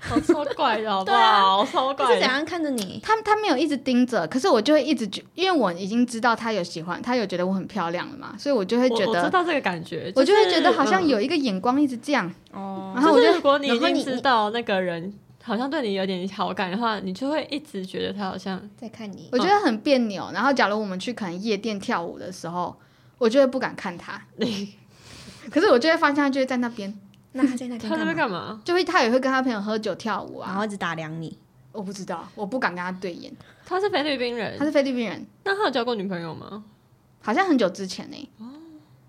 A: 好超怪的好 不
B: 对啊
A: 好？超
B: 他是
A: 怪
B: 怎
A: 的，
B: 样看着你？
C: 他他没有一直盯着，可是我就会一直觉，因为我已经知道他有喜欢，他有觉得我很漂亮了嘛，所以我就会
A: 我
C: 觉
A: 我知
C: 得。
A: 道这个感觉，
C: 我就会
A: 是
C: 觉得好像
A: 嗯
C: 有一个眼光一直这样，
B: 哦
C: 然后我
A: 就
C: 就是
A: 如果你已
B: 然后
A: 经
B: 你
A: 知道那个人好像对你有点好感的话，你就会一直觉得他好像
B: 在看你
C: 我觉得很别扭。然后，假如我们去可能夜店跳舞的时候，我就会不敢看 他，
A: 你
C: 可是我就会发现他就会在那边，
B: 那他在那边
A: 他在那
B: 干嘛？
A: 干嘛？
C: 就会他也会跟他朋友喝酒跳舞
B: 然
C: 啊。
B: 后一直打量你，
C: 我不知道，我不敢跟他对眼。
A: 他是菲律宾人
C: 他，是菲律宾人，
A: 那他有交过女朋友吗？
C: 好像很久之前呢、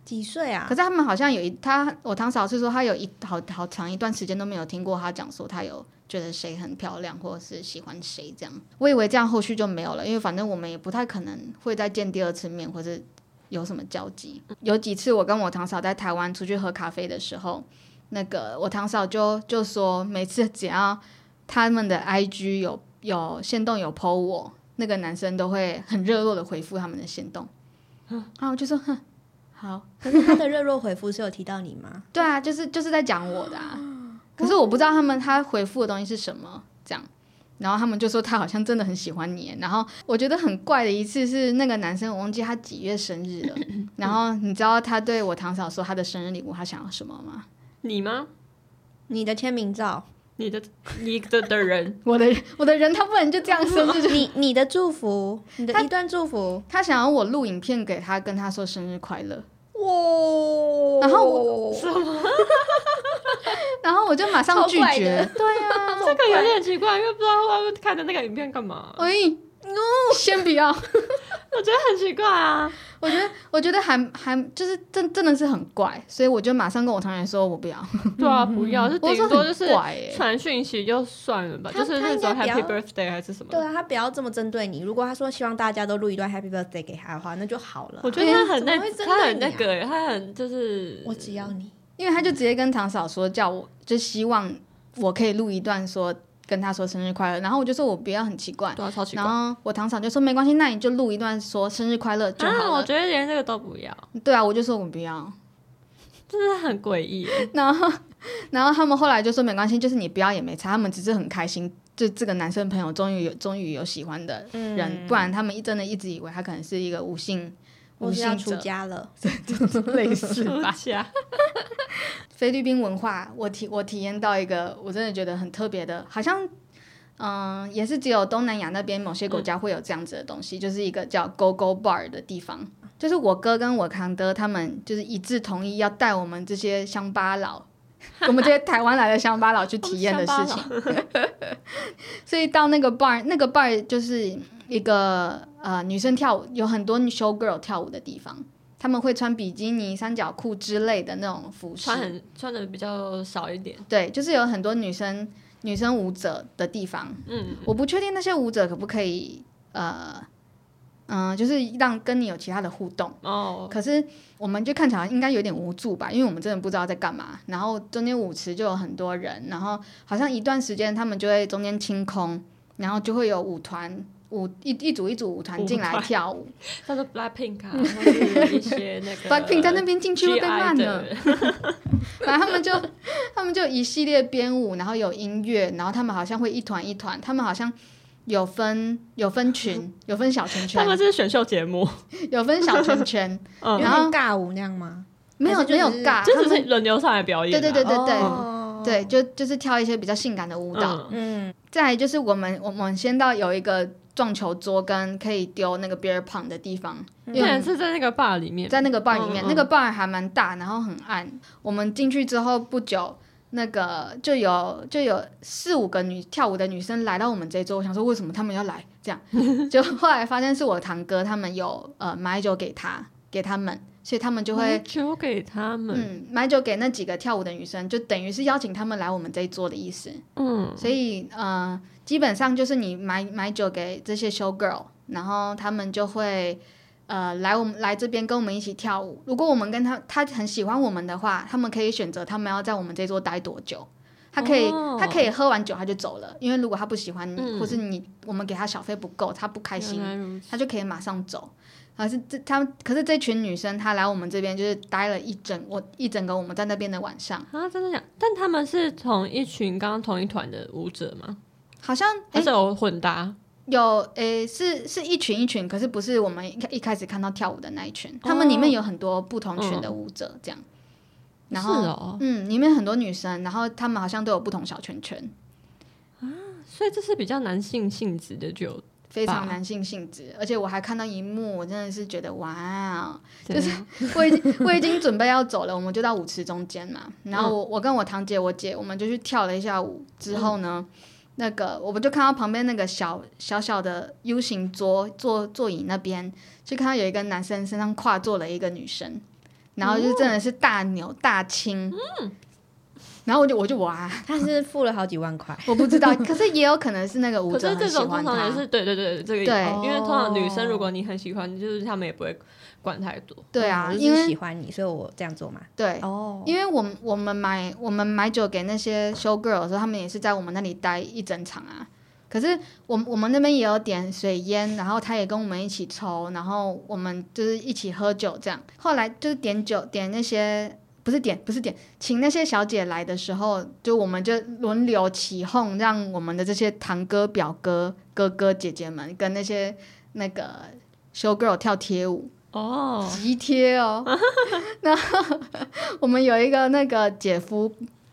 B: 几岁啊
C: 可？是他们好像有一他，我堂嫂是说他有一好好长一段时间都没有听过他讲说他有觉得谁很漂亮或者是喜欢谁这样。我以为这样后续就没有了，因为反正我们也不太可能会再见第二次面或是有什么交集。有几次我跟我堂嫂在台湾出去喝咖啡的时候，那个我堂嫂就就说每次只要他们的 IG 有有线动有 PO 我，那个男生都会很热络的回复他们的线动。然后我就说，哼，好。啊
B: 可是他的热络回复是有提到你吗？
C: 对啊，就是就是在讲我的、啊，可是我不知道他们他回复的东西是什么，这样，然后他们就说他好像真的很喜欢你耶，然后我觉得很怪的一次是那个男生我忘记他几月生日 了，然后你知道他对我堂嫂说他的生日礼物他想要什么吗？
A: 你吗？
B: 你的签名照，
A: 你 的你的的人，
C: 我的我的人他不能就这样生日，
B: 你你的祝福，你的一段祝福，
C: 他想要我录影片给他，跟他说生日快乐，
B: 哇
C: 然后我
B: 什
C: 然后我就马上
B: 超
C: 拒
B: 怪
C: 绝
B: 的，
C: 对啊，
A: 这个有点奇怪，因为不知道他会 看的那个影片干嘛，
C: 喂，先不要。
A: 我觉得很奇怪啊。
C: 我觉得我觉得还还就是真真的是很怪，所以我就马上跟我同学说我不要。
A: 对啊，不要，就
C: 我
A: 顶
C: 说
A: 多
C: 很
A: 就是
C: 怪欸
A: 传讯息就算了吧，
B: 他
A: 就是那种
B: 他应该
A: Happy
B: 不要
A: Birthday 还是什么
B: 对
A: 的。
B: 啊，他不要这么针对你。如果他说希望大家都录一段 Happy Birthday 给他的话，那就好了啊、
A: 我觉得他很
B: 怎
A: 那
B: 么会，针
A: 他
B: 对
A: 很
B: 你啊
A: 那个欸，他很就是
B: 我只要你，
C: 因为他就直接跟堂嫂说，叫我就希望我可以录一段说跟他说生日快乐，然后我就说我不要很奇怪，
A: 对啊，超奇怪
C: 然。后我堂嫂就说没关系，那你就录一段说生日快乐就
A: 啊，
C: 好
A: 我
C: 了。
A: 觉得连这个都不要，
C: 对啊，我就说我不要，
A: 真的很诡异 欸。
C: 然后然后他们后来就说没关系，就是你不要也没差，他们只是很开心，就这个男生朋友终于有终于有喜欢的
B: 嗯
C: 人，不然他们一真的一直以为他可能是一个无性
B: 我
C: 无
B: 是要
C: 性
B: 出
C: 者
B: 家了。
C: 类似
A: 出
C: 吧。
A: 家
C: 菲律宾文化，我体我体验到一个我真的觉得很特别的，好像嗯、也是只有东南亚那边某些国家会有这样子的东西，就是一个叫 Go Go Bar 的地方。就是我哥跟我堂哥他们就是一致同意要带我们这些乡巴佬，我们这些台湾来的乡巴佬去体验的
A: 哦
C: 事情。所以到那个 bar，那个 bar 就是一个呃女生跳舞，有很多 show girl 跳舞的地方，他们会穿比基尼、三角裤之类的那种服饰，
A: 穿很穿的比较少一点，
C: 对，就是有很多女生女生舞者的地方，
A: 嗯，
C: 我不确定那些舞者可不可以，呃，嗯、就是让跟你有其他的互动。
A: 哦，
C: 可是我们就看起来应该有点无助吧，因为我们真的不知道在干嘛。然后中间舞池就有很多人，然后好像一段时间他们就会中间清空，然后就会有舞团舞一一组一组舞团进
A: 舞
C: 来
A: 团
C: 跳舞。
A: 叫做 Blackpink 啊，或是一些那个
C: Blackpink 在那边进去会被
A: GI
C: 骂
A: 的
C: 呢。反正他们就他们就一系列编舞，然后有音乐，然后他们好像会一团一团，他们好像有分有分群，有分小圈
A: 他
C: 圈
A: 们，这是选秀节
C: 啊
A: 目，
C: 有分小圈圈，
A: 嗯
B: 有
C: 然后
B: 点尬舞那样吗？
C: 没有
B: 还是就
C: 没有
B: 只是
C: 尬，
A: 这
C: 他
A: 只是
C: 们
A: 轮流上来表演啊。
C: 对对对
B: 哦
C: 对，就就是跳一些比较性感的舞蹈。
A: 嗯
B: 嗯，
C: 再来就是我们我们先到有一个撞球桌跟可以丢那个 beer pong 的地方，因为
A: 那嗯也是在那个 bar 里面，
C: 嗯在那个 bar 里面，
A: 嗯嗯
C: 那个 bar 还蛮大，然后很暗。我们进去之后不久，那个就有就有四五个女跳舞的女生来到我们这一桌，我想说为什么他们要来这样， 就后来发现是我堂哥他们有呃买酒给他给他们，所以他们就
A: 买
C: 会。
A: 酒给他们，
C: 嗯，买酒给那几个跳舞的女生，就等于是邀请他们来我们这一桌的意思。
A: 嗯，
C: 所以呃，基本上就是你买买酒给这些 show girl，然后他们就会呃来我们来这边跟我们一起跳舞。如果我们跟他他很喜欢我们的话，他们可以选择他们要在我们这桌待多久。他可以
A: 哦
C: 他可以喝完酒他就走了，因为如果他不喜欢你，
A: 嗯
C: 或是你我们给他小费不够，他不开心，
A: 原来如此
C: 他就可以马上走。可是这他们，可是这群女生，她来我们这边就是待了一整我一整个我们在那边的晚上，
A: 啊，真的假？但他们是同一群刚刚同一团的舞者吗？
C: 好像哎诶
A: 还是有混搭？
C: 有诶、是是一群一群，可是不是我们一开一开始看到跳舞的那一群，
A: 哦
C: 他们里面有很多不同群的舞者这样。然后
A: 嗯是哦
C: 嗯，里面很多女生，然后她们好像都有不同小圈圈，
A: 所以这是比较男性性质的酒，
C: 非常
A: 吧
C: 男性性质。而且我还看到一幕，我真的是觉得哇哦，
A: 就
C: 就是 我已经我已经准备要走了，我们就到舞池中间嘛。然后我我跟我堂姐我姐，我们就去跳了一下舞之后呢，那个我们就看到旁边那个小小小的 U 型桌座座椅那边，就看到有一个男生身上跨坐了一个女生，然后就真的是大
A: 哦
C: 扭大亲。
A: 嗯
C: 然后我就我就哇，
B: 他是付了好几万块。
C: 我不 知道，可是也有可能是那个舞
A: 可
C: 者
A: 是
C: 很
A: 这
C: 喜
A: 种通
C: 欢
A: 常
C: 他
A: 也。是对对对，这个
C: 对
A: 因为通常女生
B: 哦
A: 如果你很喜欢，就是他们也不会管太多。
C: 对啊，
B: 我就
C: 因
B: 是
C: 为
B: 喜欢你，所以我这样做嘛。
C: 对，
B: 哦，
C: 因为我们我们买我们买酒给那些 show girl 的时候，他们也是在我们那里待一整场啊。可是我们我们那边也有点水烟，然后他也跟我们一起抽，然后我们就是一起喝酒这样。后来就是点酒点那些不是点不是点，请那些小姐来的时候，就我们就轮流起哄，让我们的这些堂哥、表哥、哥哥、姐姐们跟那些那个 show girl 跳贴舞。
A: 哦，
C: 极 贴哦。然后我们有一个那个姐夫，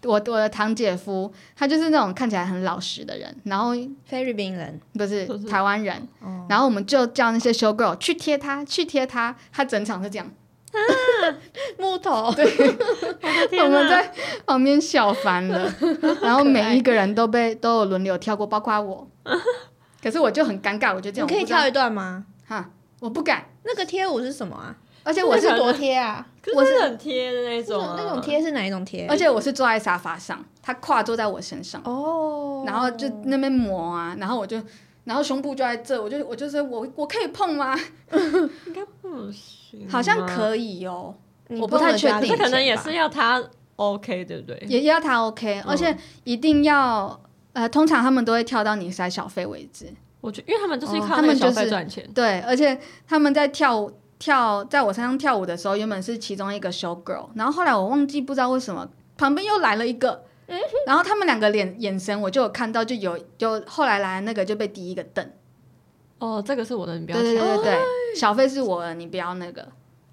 C: 我我的堂姐夫，他就是那种看起来很老实的人，然后
B: 菲律宾人，
C: 不是
A: 不是
C: 台湾人，
B: 哦
C: 然后我们就叫那些 show girl 去贴他，去贴他，他整场是这样，
B: 木头，
C: 我们在旁边笑翻 了，然后每一个人都被都有 轮流跳过，包括我。可是我就很尴尬，我就这
B: 你
C: 样，
B: 可以
C: 我不知道
B: 跳一段吗？
C: 哈，我不敢，
B: 那个贴舞是什么啊？
C: 而且
A: 那
C: 我
A: 个
C: 是
B: 是
A: 很
B: 多贴啊，
A: 可
C: 我
A: 是真的很贴的那种、啊，
B: 那种，贴是哪一种贴？
C: 而且我是坐在沙发上，他跨坐在我身上，
B: 哦，
C: 然后就那边磨啊，然后我就，然后胸部就在这，我就我就说我我可以碰吗？
A: 应该不行，
C: 好像，可以哦，
B: 你
C: 我不太确
B: 碰了
C: 定
B: 就
A: 这
B: 要
A: 可
B: 领
A: 能
B: 钱
A: 也
B: 吧
A: 是要他 OK，对不对？
C: 也要他
A: 嗯
C: OK，、而且一定要呃，通常他们都会跳到你塞小费为止。
A: 我觉得，因为他们就是
C: 哦
A: 靠
C: 他
A: 那个
C: 们
A: 小
C: 就是
A: 费赚钱，
C: 对，而且他们在跳舞跳在我身上跳舞的时候，原本是其中一个 show girl，然后后来我忘记不知道为什么旁边又来了一个，
A: 嗯
C: 然后他们两个脸眼神我就有看到，就有就后来来的那个就被第一个瞪。
A: 哦，这个是我的，你不
C: 对
A: 要
C: 对
A: 钱，
C: 对对对，小费是我的，你不要那个。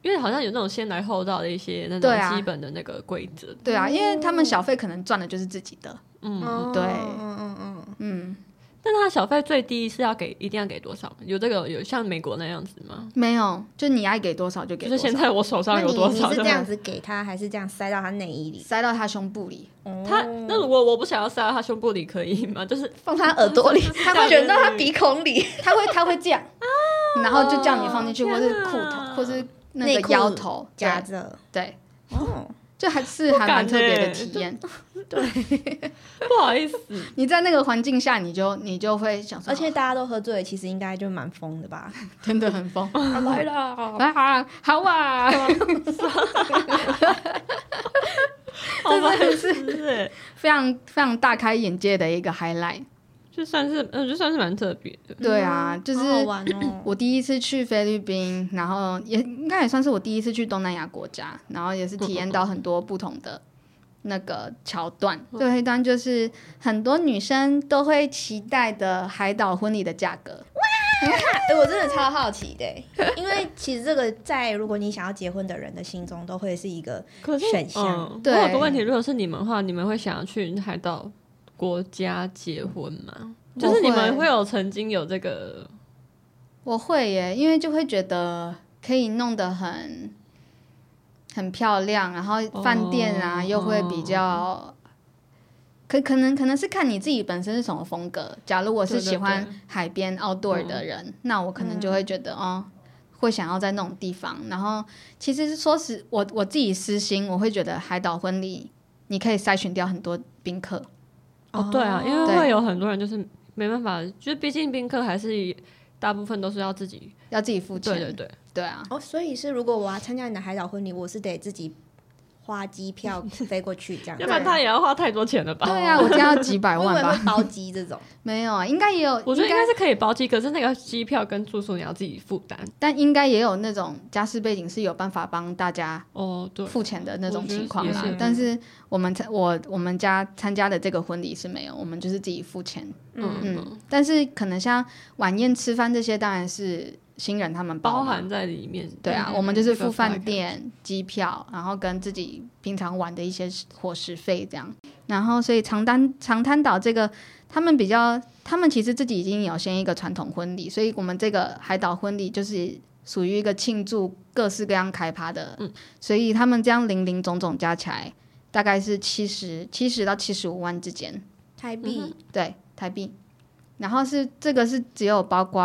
A: 因为好像有那种先来后到的一些那
C: 对啊
A: 种基本的那个规则，
C: 对啊，因为他们小费可能赚的就是自己的。
A: 嗯，
B: 哦
C: 对
B: 嗯嗯嗯，
C: 嗯，
A: 但他小费最低是要给，一定要给多少？有这个有像美国那样子吗？
C: 没有，就你爱给多少就给
A: 就
C: 多
A: 是
C: 少。
A: 现在我手
B: 那
A: 上有
B: 你
A: 多
B: 你
A: 少
B: 是
A: 就
B: 这样子给他，还是这样塞到他内衣里？哦
C: 塞到他胸部里，
A: 他那如果我不想要塞到他胸部里可以吗？ 就是
B: 放他 耳朵里，
A: 他会
B: 卷到他鼻 孔里，
C: 他会他会这样，然后就叫你放进去，
A: 天
C: 或
A: 啊
C: 是裤头，或是那
B: 内
C: 个
B: 裤
C: 腰头对
B: 夹着。
C: 对，
B: 哦，
C: 就还是还蛮
A: 敢
C: 特别的
A: 欸
C: 体
A: 这
C: 验。
A: 不好意思，
C: 你在那个环境下，你就你就会想说，
B: 而且大家都喝醉，其实应该就蛮疯 的吧？
C: 哦真的很疯
B: 来 了，
C: 啊，好啊，
A: 好白痴哎，
C: 非常非常大开眼界的一个 highlight。
A: 就算是嗯，就算是蛮特别的。
C: 对
A: 嗯
C: 啊，就是
B: 嗯好好玩哦。
C: 我第一次去菲律宾，然后也应该也算是我第一次去东南亚国家，然后也是体验到很多不同的那个桥段。最后一段就是很多女生都会期待的海岛婚礼的价格，
B: 哎、我真的超好奇的欸，因为其实这个在如果你想要结婚的人的心中，都会是一个
A: 可是
B: 选项
A: 嗯、
C: 对
A: 我有个问题，如果是你们的话，你们会想要去海岛国家结婚吗？就
C: 我
A: 是
C: 会
A: 你们会有曾经有这个，
C: 我会耶，因为就会觉得可以弄得很很漂亮，然后饭店啊、
A: 哦
C: 又会比较。可可能可能是看你自己本身是什么风格。假如我是
A: 对对
C: 喜欢
A: 对嗯
C: 海边 outdoor 的人，那我可能就会觉得、哦，会想要在那种地方。然后其实是说实，我我自己私心，我会觉得海岛婚礼你可以筛选掉很多宾客，
A: 哦，对啊，因
C: 对
A: 为会有很多人就是没办法，就是毕竟宾客还是大部分都是要自己，
C: 要自己付钱。
A: 对对对，
C: 对啊，
B: 哦，所以是如果我要参加你的海岛婚礼，我是得自己花机票飞过去这样，
A: 要不然他也要花太多钱了吧？
C: 对啊，我这样要几百
B: 我以
C: 万
B: 为
C: 吧？
B: 会包机这种，
C: 没有啊，应该也有，
A: 我觉得应
C: 应
A: 该是可以包机，可是那个机票跟住宿你要自己负担。
C: 但应该也有那种家世背景是有办法帮大家
A: 哦，对，
C: 付钱的那种情况
A: 我
C: 啦
A: 觉得也是。
C: 但是我们参我我们家参加的这个婚礼是没有，我们就是自己付钱。
A: 嗯
C: 嗯，但是可能像晚宴、吃饭这些，当然是新人他们包
A: 包
C: 嘛
A: 含。在里面。
C: 对啊，
A: 嗯
C: 我们就是
A: 这个
C: 付饭
A: package
C: 店、机票，然后跟自己平常玩的一些伙食费这样。然后，所以长滩长滩岛这个，他们比较，他们其实自己已经有先一个传统婚礼，所以我们这个海岛婚礼就是属于一个庆祝各式各样开趴的，
A: 嗯
C: 所以他们这样零零总总加起来大概是七十七十到七十五万之间，
B: 台币、
C: 对台币。然后是这个是只有包括，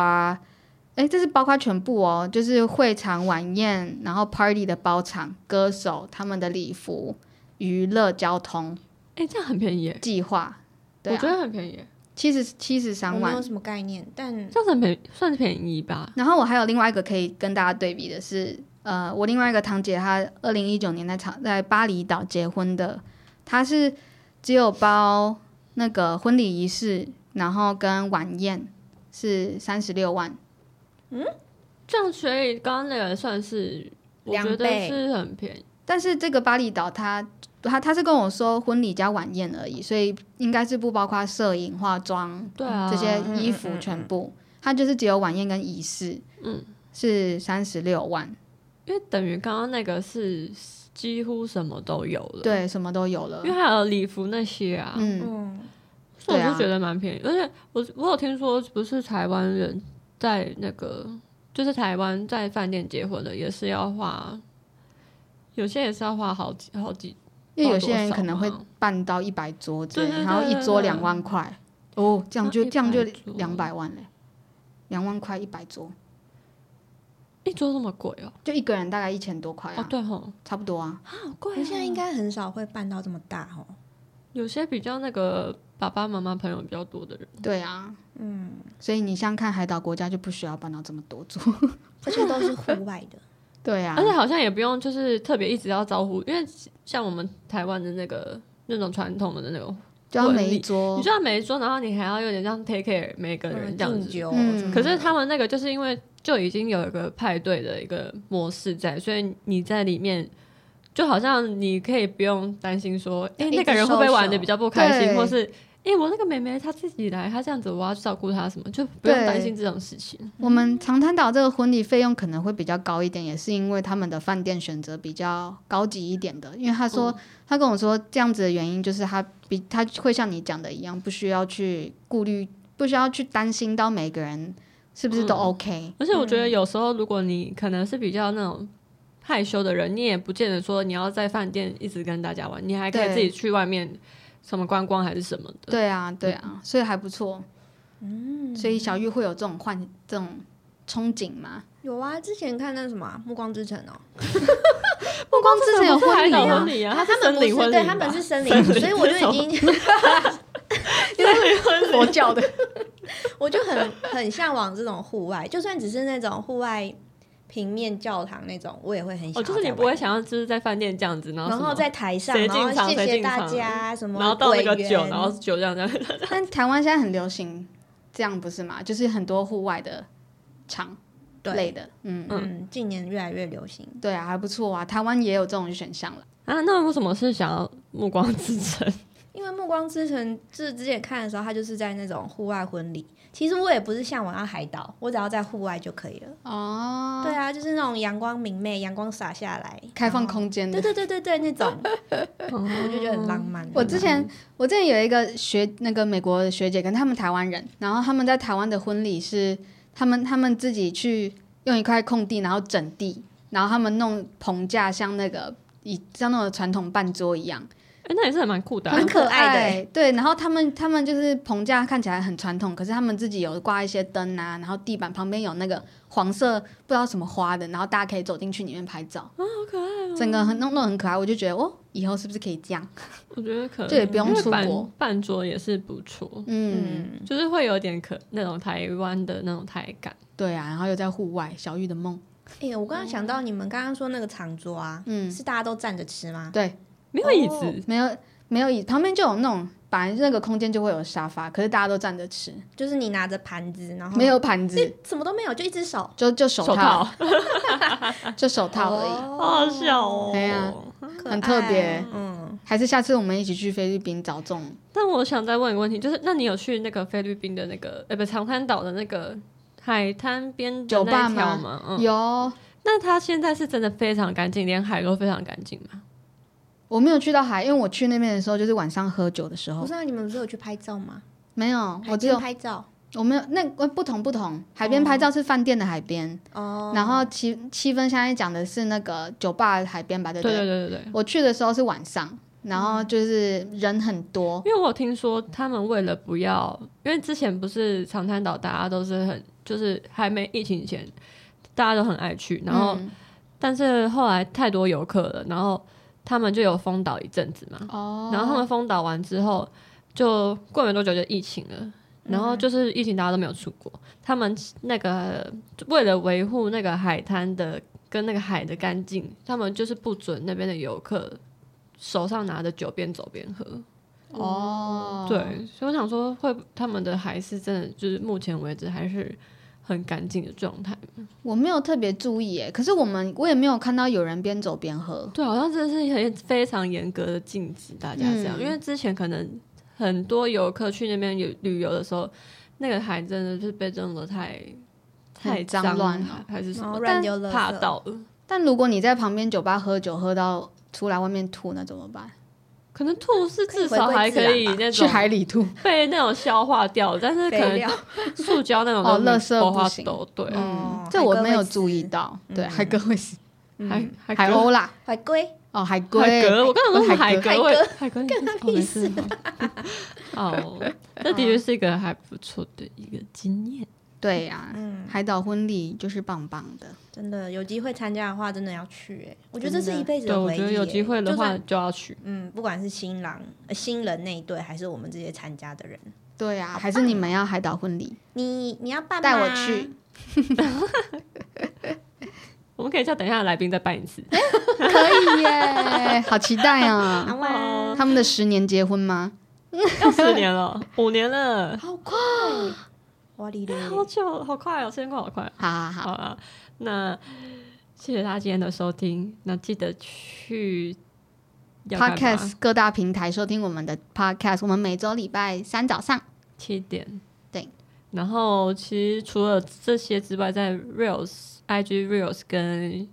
C: 哎，这是包括全部哦，就是会场晚宴，然后 party 的包场、歌手他们的礼服、娱乐、交通
A: 哎、这样很便宜耶、
C: 计划，对
A: 我觉
C: 啊，
A: 得很便宜耶、
C: 七十七十
B: 我
C: 三
B: 没
C: 万
B: 有。什么概念，但
A: 这样子很便算是便宜吧？
C: 然后我还有另外一个可以跟大家对比的是，呃，我另外一个堂姐她二零一九年在长在巴厘岛结婚的，她是只有包那个婚礼仪式，然后跟晚宴是三十六万。
A: 这样所以刚刚那个算是，我
B: 两
A: 觉得
B: 倍
A: 是很便宜。
C: 但是这个巴厘岛他他他是跟我说婚礼加晚宴而已，所以应该是不包括摄影、化妆
A: 对啊，
C: 这些
B: 嗯
C: 衣
B: 嗯
C: 服
B: 嗯
C: 全
B: 嗯
C: 部，他就是只有晚宴跟仪式，
A: 嗯，
C: 是三十六万，
A: 因为等于刚刚那个是几乎什么都有了。，
C: 对，什么都有了
A: 因为，还有礼服那些啊，
C: 嗯，
B: 嗯，
A: 所以
C: 对
A: 我
C: 啊
A: 就觉得蛮便宜。而且我我有听说，不是台湾人在那个就是台湾在饭店结婚的，也是要花，有些也是要花好几好几。
C: 因为有些人可能会
A: 报多少嘛
C: 办到一百桌之类，
A: 对对对
C: 然后一
A: 对
C: 桌
A: 对
C: 两万块，哦，这样就
A: 啊
C: 这样就
A: 100桌
C: 两百万嘞，两万块一百桌，
A: 一桌这么贵哦、
C: 就一个人大概一千多块
A: 哦
C: 啊，
A: 对吼，
C: 差不多啊。
A: 好贵、
B: 现在应该很少会办到这么 大哦。
A: 有些比较那个爸爸妈妈朋友比较多的人，
C: 对啊，
B: 嗯，
C: 所以你像看海岛国家就不需要办到这么多桌。
B: 而且都是户外 的，
C: 对啊
A: 而，且好像也不用就是特别一直要招呼，因为像我们台湾的那个那种传统的那种，
C: 就要每一桌
A: 你就要每一桌，然后你还要有点像 take care 每个人这样
B: 敬
A: 子。
B: 酒。
C: 嗯
A: 可是他们那个就是因为就已经有一个派对的一个模式在，所以你在里面就好像你可以不用担心说，哎、
B: 一直
A: 那个人会不会玩的
B: social
A: 比较不开
C: 对
A: 心，或是哎、诶我那个妹妹她自己来，她这样子我要照顾她什么，就不用
C: 对
A: 担心这种事情。
C: 我们长滩岛这个婚礼费用可能会比较高一点，也是因为他们的饭店选择比较高级一点的。因为他
A: 嗯
C: 说，他跟我说这样子的原因就是他比他会像你讲的一样，不需要去顾虑，不需要去担心到每个人是不是都
A: 嗯
C: OK。
A: 而且我觉得有时候如果你可能是比较那种。害羞的人，你也不见得说你要在饭店一直跟大家玩，你还可以
C: 对
A: 自己去外面什么观光还是什么的。
C: 对啊，对啊，所以还不错。嗯，所以小玉会有这种幻这种憧憬吗？
B: 有啊，之前看那什么啊《暮光之城》哦，
C: 不光之前有
A: 不是
C: 婚
A: 海
C: 礼
A: 岛
C: 啊
A: 婚，礼啊，它
B: 啊
A: 是
B: 们
A: 森
B: 不
A: 林
B: 是
A: 婚礼吧，
B: 对，他们是森林，所以我就已经，
C: 佛教的，
B: 我就很很向往这种户外，就算只是那种户外平面教堂那种，我也会很
A: 哦，
B: 想要
A: 就
B: 在玩。
A: 是你不会想要就是在饭店这样子，然后
B: 然
A: 然
B: 后在台上，
A: 谁
B: 然后
A: 进场
B: 谢
A: 谁
B: 谢
A: 进
B: 大
A: 场
B: 家什么
A: 然后倒那个
B: 委员
A: 酒，然后酒这样这样，
C: 但台湾现在很流行这样，不是吗？就是很多户外的场
B: 对，
C: 类的，嗯，
B: 嗯，近年越来越流行。
C: 对啊，还不错啊，台湾也有这种选项了。
A: 啊，那为什么是想要目光之 城？
B: 因为《暮光之城》是之前看的时候，它就是在那种户外婚礼。其实我也不是向往要海岛，我只要在户外就可以了。
C: 哦，
B: 对啊，就是那种阳光明媚，阳光洒下来，
C: 开放
B: 然后。
C: 空间
B: 对
C: 的。
B: 对对对对，那种
A: 哦
B: 我就觉得很浪漫。
C: 哦我之前我之前有一个学那个美国的学姐，跟他们台湾人，然后他们在台湾的婚礼是他们他们自己去用一块空地，然后整地，然后他们弄棚架，像那个以像那种传统办桌一样，
A: 哎、那也是很蛮酷的、啊
B: 很。可爱的欸
C: 对，然后他们他们就是棚架看起来很传统，可是他们自己有挂一些灯啊，然后地板旁边有那个黄色不知道什么花的，然后大家可以走进去里面拍照，啊，好可爱、哦，整个很弄弄得很可爱，我就觉得哦，以后是不是可以这样？
A: 我觉得可
C: 这也不用
A: 因为
C: 出
A: 办
C: 国
A: 办桌也是不错，
C: 嗯，
B: 嗯，
A: 就是会有点可那种台湾的那种台感。
C: 对啊，然后又在户外，小玉的梦，
B: 哎、我刚刚想到你们刚刚说那个长桌啊，
C: 嗯
B: 是大家都站着吃吗？
C: 对，
A: 没有椅子，
B: 哦
C: 没有没有椅，旁边就有那种。本来那个空间就会有沙发，可是大家都站着吃，
B: 就是你拿着盘子，然后
C: 没有盘子，
B: 什么都没有，就一只手，
C: 就就手
A: 手套，
C: 就手套而已。
A: 好好笑哦。
C: 对啊
B: 可
C: 哦很特
B: 爱
C: 别
B: 嗯，
C: 还是下次我们一起去菲律宾找这种
A: 但我想再问一个问题，就是那你有去那个菲律宾的那个，呃、不，长滩岛的那个海滩边的
C: 酒吧
A: 那一条
C: 吗？
A: 吗？嗯，
C: 有，
A: 那它现在是真的非常干净，连海都非常干净吗？
C: 我没有去到海，因为我去那边的时候就是晚上喝酒的时
B: 不
C: 候，
B: 是啊，你们不是有去拍照吗？
A: 嗯
C: 没有，
B: 海
C: 我只
B: 边
C: 有
B: 拍照
C: 我没有那呃不同不同，海边拍照是饭店的海边，
B: 哦，
C: 然后七七分现在讲的是那个酒吧海边吧，对
A: 对
C: 不
A: 对对对对。嗯
C: 我去的时候是晚上，然后就是人很多，
A: 因为我有听说他们为了不要，因为之前不是长滩岛大家都是很，就是还没疫情前，大家都很爱去，然后、
C: 嗯
A: 但是后来太多游客了，然后他们就有封岛一阵子嘛，
C: 哦，
A: 然后他们封岛完之后，就过没多久就疫情
C: 嗯
A: 了。然后就是疫情，大家都没有出国。他们那个为了维护那个海滩的跟那个海的干净，他们就是不准那边的游客手上拿着酒边走边喝。
C: 哦，
A: 对，所以我想说会，他们的还是真的就是目前为止还是很干净的状态。
C: 我没有特别注意诶，可是我们我也没有看到有人边走边喝，
A: 对，好像真的是很非常严格的禁止大家这样，
C: 嗯
A: 因为之前可能很多游客去那边旅旅游的时候，那个海真的是被弄得太太
C: 很脏乱了
A: 还是什
B: 然
A: 么
B: 后，乱
A: 但
B: 丢垃圾
A: 怕到了，
C: 但如果你在旁边酒吧喝酒喝到出来外面吐，那怎么办？
A: 可能吐是
B: 可以
A: 至
B: 回
A: 少
B: 归
A: 还
B: 自
A: 可
B: 然
A: 以
B: 吧
A: 那
C: 去
A: 种
C: 海里吐。
A: 被那种消化掉，但是可
B: 肥料
A: 能塑胶那种
C: 哦
A: 东西
C: 垃圾
A: 都
C: 不
A: 花
C: 行
A: 都对啊，
C: 嗯
B: 哦，
C: 这
B: 海
C: 我
B: 龟
C: 没
B: 会
C: 有注意
B: 吃
C: 到。对，
B: 嗯
C: 海哥会死，
A: 还还
C: 海
A: 格
C: 鸥啦，
B: 海龟，
C: 哦，
A: 海
C: 海龟，
A: 格，我刚才说
B: 哦
A: 什么
C: 海
A: 海
C: 格
A: 格，我也海格，你
B: 干他
A: 是我没
B: 屁
A: 事哦
B: 事
A: 吗 哦，这的确是一个还不错的一个经验。
C: 对呀、
B: 嗯，
C: 海岛婚礼就是棒棒的。
B: 真的有机会参加的话，真的要去哎、我觉得这
C: 真的
B: 是一辈子
A: 对，
B: 的
A: 我
B: 回忆、
A: 觉得有
B: 欸
A: 机会的，
B: 就
A: 话
B: 算
A: 就要去。
B: 嗯，不管是新郎、呃新人那一对，还是我们这些参加的人，
C: 对呀、还是你们要海岛 婚礼？
B: 你你要办
C: 带我
B: 吗
C: 去，
A: 我们可以叫等一下的来宾再办一 次。
C: 可以耶，好期待
B: 好
C: 啊！
A: 哦
B: 哇，
C: 他们的十年结婚吗？
A: 要十年了，五年了，
B: 好快，哇哩嘞，
A: 好久，好快哦，时间过好快哦。
C: 好好
A: 好
C: 好，
A: 啊，那谢谢大家今天的收听，那记得去要干嘛
C: Podcast 各大平台收听我们的 Podcast，我们每周礼拜三早上。
A: 七点
C: 对。
A: 然后其实除了这些之外，在 Reels、IG Reels 跟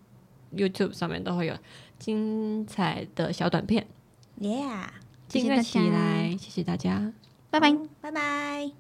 A: YouTube 上面都会有精彩的小短片，
B: ，Yeah，
C: 谢
A: 订
C: 谢
A: 阅
C: 大
A: 起
C: 家
A: 来，谢谢大家。
B: 拜拜，拜拜。